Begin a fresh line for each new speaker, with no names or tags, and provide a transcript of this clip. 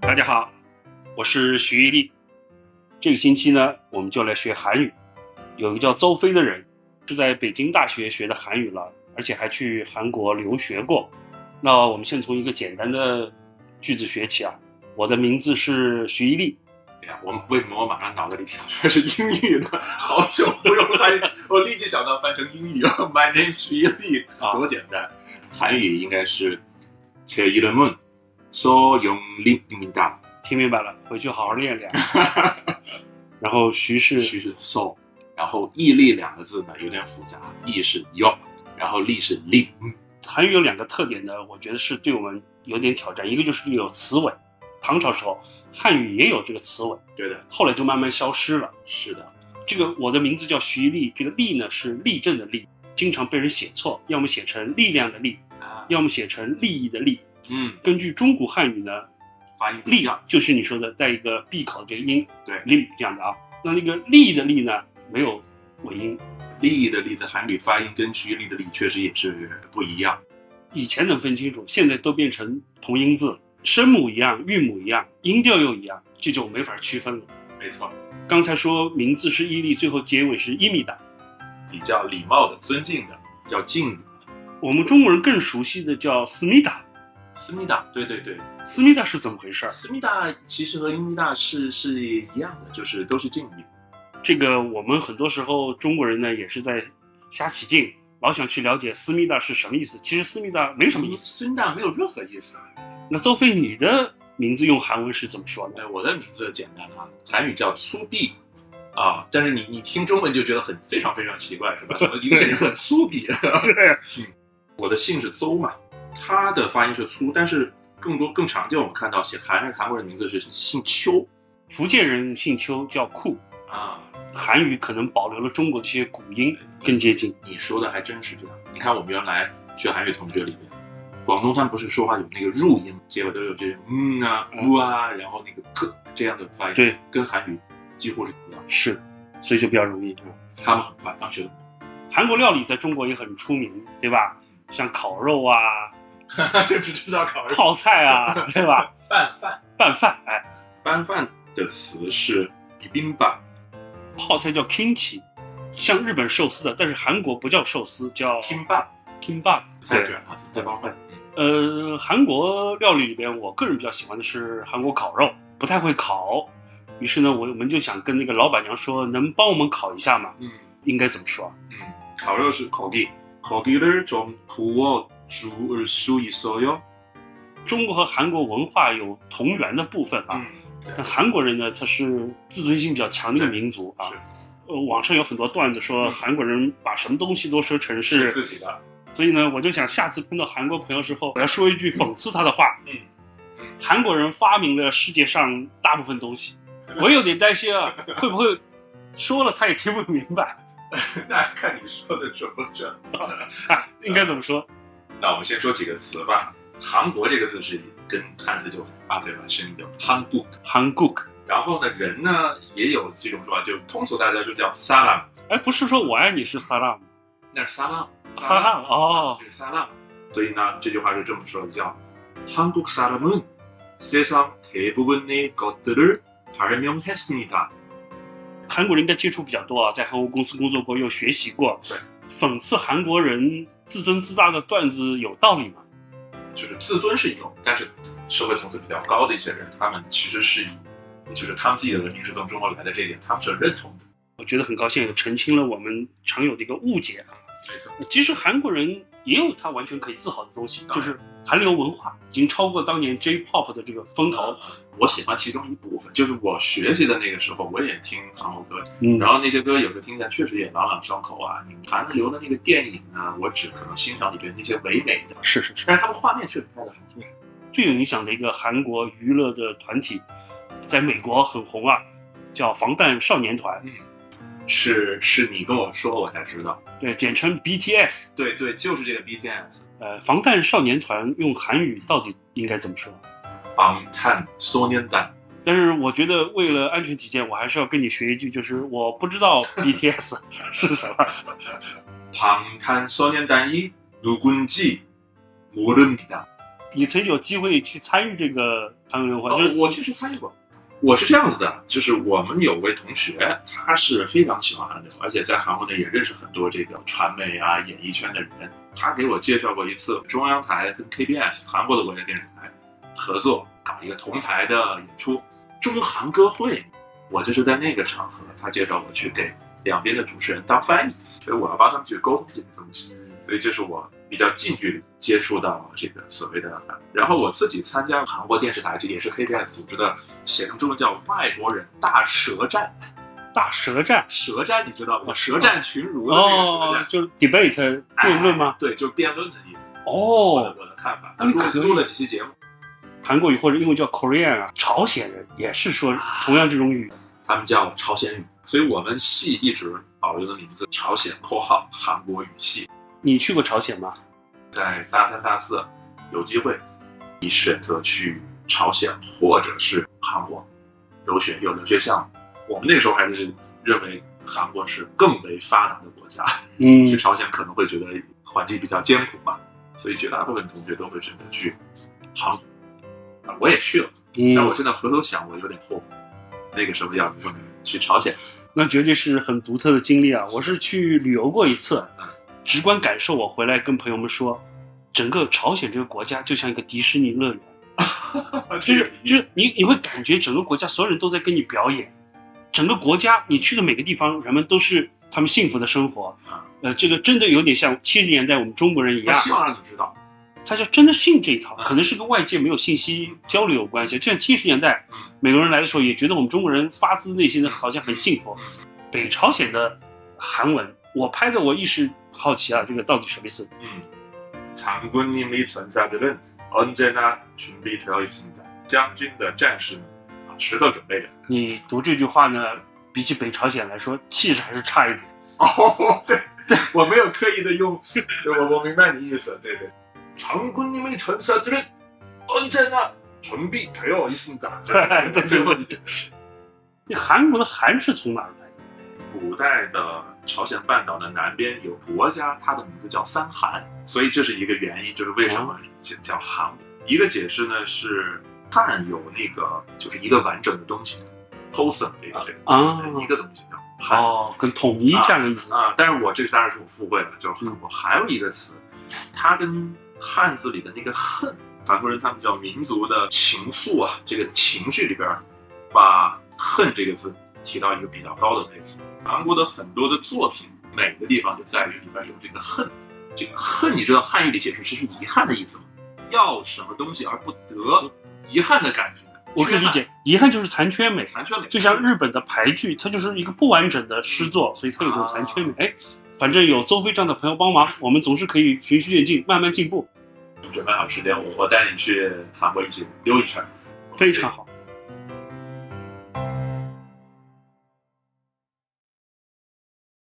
大家好，我是徐一力。这个星期呢，我们就来学韩语。有一个叫邹飞的人，是在北京大学学的韩语了，而且还去韩国留学过。那我们先从一个简单的句子学起啊。我的名字是徐一力，
对哎呀、我为什么我马上脑子里想说是英语呢？好久不用汉语，我立即想到翻成英语了。My name is 徐一 力，
啊
多简单。韩语应该是제이름은소영립입니다。
听明白了，回去好好练练。然后徐是
徐是 so，然后毅力两个字呢有点复杂，毅是 yo，然后力是 li。
韩语有两个特点呢，我觉得是对我们有点挑战。一个就是有词尾，唐朝时候汉语也有这个词尾，
对的，
后来就慢慢消失了。
是的，
这个我的名字叫徐立，这个立呢是立正的立，经常被人写错，要么写成力量的力，
啊，
要么写成利益的利。
嗯，
根据中国汉语呢，
发音不啊一
力啊
样，
就是你说的带一个闭口这个音，
对
力这样的啊。那那个力的力呢，没有尾音。
力的力的韩语发音跟徐一力的力确实也是不一样。
以前能分清楚，现在都变成同音字，声母一样，韵母一样，音调又一样，这就没法区分了。
没错，
刚才说名字是伊利，最后结尾是伊米达。
比较礼貌的、尊敬的叫敬语。
我们中国人更熟悉的叫思密达，
思密达，对对对，
思密达是怎么回事儿？
思密达其实和英密达是是一样的，就是都是敬语。
这个我们很多时候中国人呢也是在瞎起劲，老想去了解思密达是什么意思。其实思密达没什么意思。
思密达没有任何意思。啊
那邹飞，你的名字用韩文是怎么说呢？
哎，我的名字简单啊，韩语叫粗鄙啊，但是你你听中文就觉得很非常非常奇怪，是 吧？一个人很粗 鄙。嗯
对，
我的姓是邹嘛，他的发音是粗，但是更多更常见我们看到写韩人韩国人名字是姓邱
福建人姓邱叫库，
啊。
韩语可能保留了中国的一些古音，更接近。
你说的还真是这样。你看我们原来学韩语同学里面，广东他们不是说话有那个入音，结尾都有这种嗯啊、
嗯
呜啊，然后那个咯这样的发音，
对，
跟韩语几乎是一样。
是，所以就比较容易。嗯
他们很快，他们学的
韩国料理在中国也很出名，对吧？像烤肉啊、
就只知道考试。
泡菜啊，对吧？
拌饭，
拌饭，哎，
拌饭的词是 bibimbap，
泡菜叫 kimchi，像日本寿司的，但是韩国不叫寿司，叫
kimbap，
kimbap。
菜卷啊，菜包饭。嗯
呃，韩国料理里边，我个人比较喜欢的是韩国烤肉，不太会烤。于是呢，我我们就想跟那个老板娘说，能帮我们烤一下吗？
嗯
应该怎么说？
嗯，烤肉是烤地，烤地를좀구워주일수있어요。
中国和韩国文化有同源的部分啊。
嗯，对
但韩国人呢，他是自尊心比较强的一个民族啊
是。
呃，网上有很多段子说
嗯
韩国人把什么东西都说成是，
自己的。
所以呢，我就想下次碰到韩国朋友之后，我要说一句讽刺他的话。
嗯。
韩国人发明了世界上大部分东 西，我有点担心啊，会不会说了他也听不明白？
那看你说的准不准。啊
哎， 应该怎么说？
那我们先说几个词吧。韩国这个字是跟汉字就很搭，对吧？声音叫韩国。
韩国，
然后呢，人呢也有几种说法，就通俗大家说叫撒浪，
哎，不是说我爱你是撒浪，
那是撒浪，
撒浪哦，
这是撒浪。所以呢，这句话是这么说的，叫한국사람은세상대부분의것들을발명했습니다。
韩国人应该接触比较多啊，在韩国公司工作过，又学习过。
对，
讽刺韩国人自尊自大的段子有道理吗？
就是自尊是有，但是社会层次比较高的一些人，他们其实是以，也就是他们自己的文明是从中国来的这一点，他们是认同的。
我觉得很高兴，也澄清了我们常有的一个误解啊。
没错，
其实韩国人也有他完全可以自豪的东西，
当
就
然
是韩流文化已经超过当年 J-pop 的这个风头。
我喜欢其中一部分，就是我学习的那个时候，我也听韩国歌，
嗯
然后那些歌有时候听起来确实也朗朗上口啊。你韩流的那个电影呢，我只可能欣赏里边那些唯美的，
是是是。
但是他们画面确实拍的很好。
最有影响的一个韩国娱乐的团体，在美国很红啊，叫防弹少年团，
是是你跟我说，我才知道。
对，简称 BTS。
对对，就是这个 BTS。
呃，防弹少年团用韩语到底应该怎么说？
방탄소년단，
但是我觉得为了安全起见，我还是要跟你学一句，就是我不知道 BTS 是什么。
방탄소년단이누군지모릅니다。
你曾经有机会去参与这个韩文文化，
哦
就是，
我确实参与过。我是这样子的，就是我们有位同学，他是非常喜欢韩流，而且在韩国呢也认识很多这个传媒啊、演艺圈的人。他给我介绍过一次中央台跟 KBS 韩国的国家电视台合作搞一个同台的演出，中韩歌会。我就是在那个场合，他介绍我去给两边的主持人当翻译，所以我要帮他们去沟通这些东西。所以这是我比较近距离接触到这个所谓的韩。然后我自己参加韩国电视台，这也是 KBS 组织的，写成中文叫“外国人大舌战
大舌战”。。
舌战你知道吗？
我知道
舌战群儒的那个舌
哦
战，，哎
就是 debate 辩论吗？
对，就是辩论的意思。我的
哦，
我的看法。
哎
录
可以
录了几期节目，
韩国语或者英文叫 Korean 啊，朝鲜人也是说
啊
同样这种语。
他们叫朝鲜语，所以我们系一直保留的名字朝鲜（括号韩国语系
你去过朝鲜吗？）。
在大三、大四有机会，你选择去朝鲜或者是韩国留学，有留学项目。我们那时候还是认为韩国是更为发达的国家，
嗯
去朝鲜可能会觉得环境比较艰苦嘛，所以绝大部分同学都会选择去韩国。啊，我也去了。但我
嗯，
现在回头想，我有点后悔，那个时候要不能去朝 鲜。
那绝对是很独特的经历啊！我是去旅游过一次
嗯，
直观感受。我回来跟朋友们说，整个朝鲜这个国家就像一个迪士尼乐园，就是就是你你会感觉整个国家所有人都在跟你表演，整个国家你去的每个地方，人们都是他们幸福的生活
啊。
呃，这个真的有点像七十年代我们中国人一
我
样，
希望让你知道，
他就真的信这一套，
嗯
可能是跟外界没有信息交流有关系。就像七十年代
嗯
美国人来的时候，也觉得我们中国人发自内心的好像很幸福。
嗯
北朝鲜的韩文，我拍的我一时好奇啊，这个到底什么意思？
嗯，장군님의전사들은언제나준비되어있습니다。将军的战士们 아,啊，迟早准备着。
你读这句话呢，比起北朝鲜来说，气势还是差一点。
哦，对，我没有刻意的用，对我我明白你意思，对对。장군님의전사들은언제나준비되어있습니다。
对 对对对。那韩国的韩是从哪儿来的？
古代的朝鲜半岛的南边有国家，它的名字叫三韩，所以这是一个原因，就是为什么叫韩国。一个解释呢是汉有那个就是一个完整的东西 p o s o n 这个这个、
啊
一个东西叫韩
哦，跟统一这样的意思。
啊。但是我这个当然是我富贵了，就是
嗯
韩国。还有一个词，它跟汉字里的那个恨，韩国人他们叫民族的情愫啊，这个情绪里边儿，把恨这个字提到一个比较高的位置。韩国的很多的作品美的地方就在于里边有这个恨，这个恨你知道汉语里解释是遗憾的意思吗？要什么东西而不得，遗憾的感觉。
我可以理
缺
解，遗憾就是残缺美
憾，。残缺美，
就像日本的牌剧，它就是一个不完整的诗作，所以它有这种残缺美。哎，反正有邹飞这样的朋友帮忙，我们总是可以循序渐进，慢慢进步，
准备好时间，我我带你去韩国一起溜一圈，
非常好。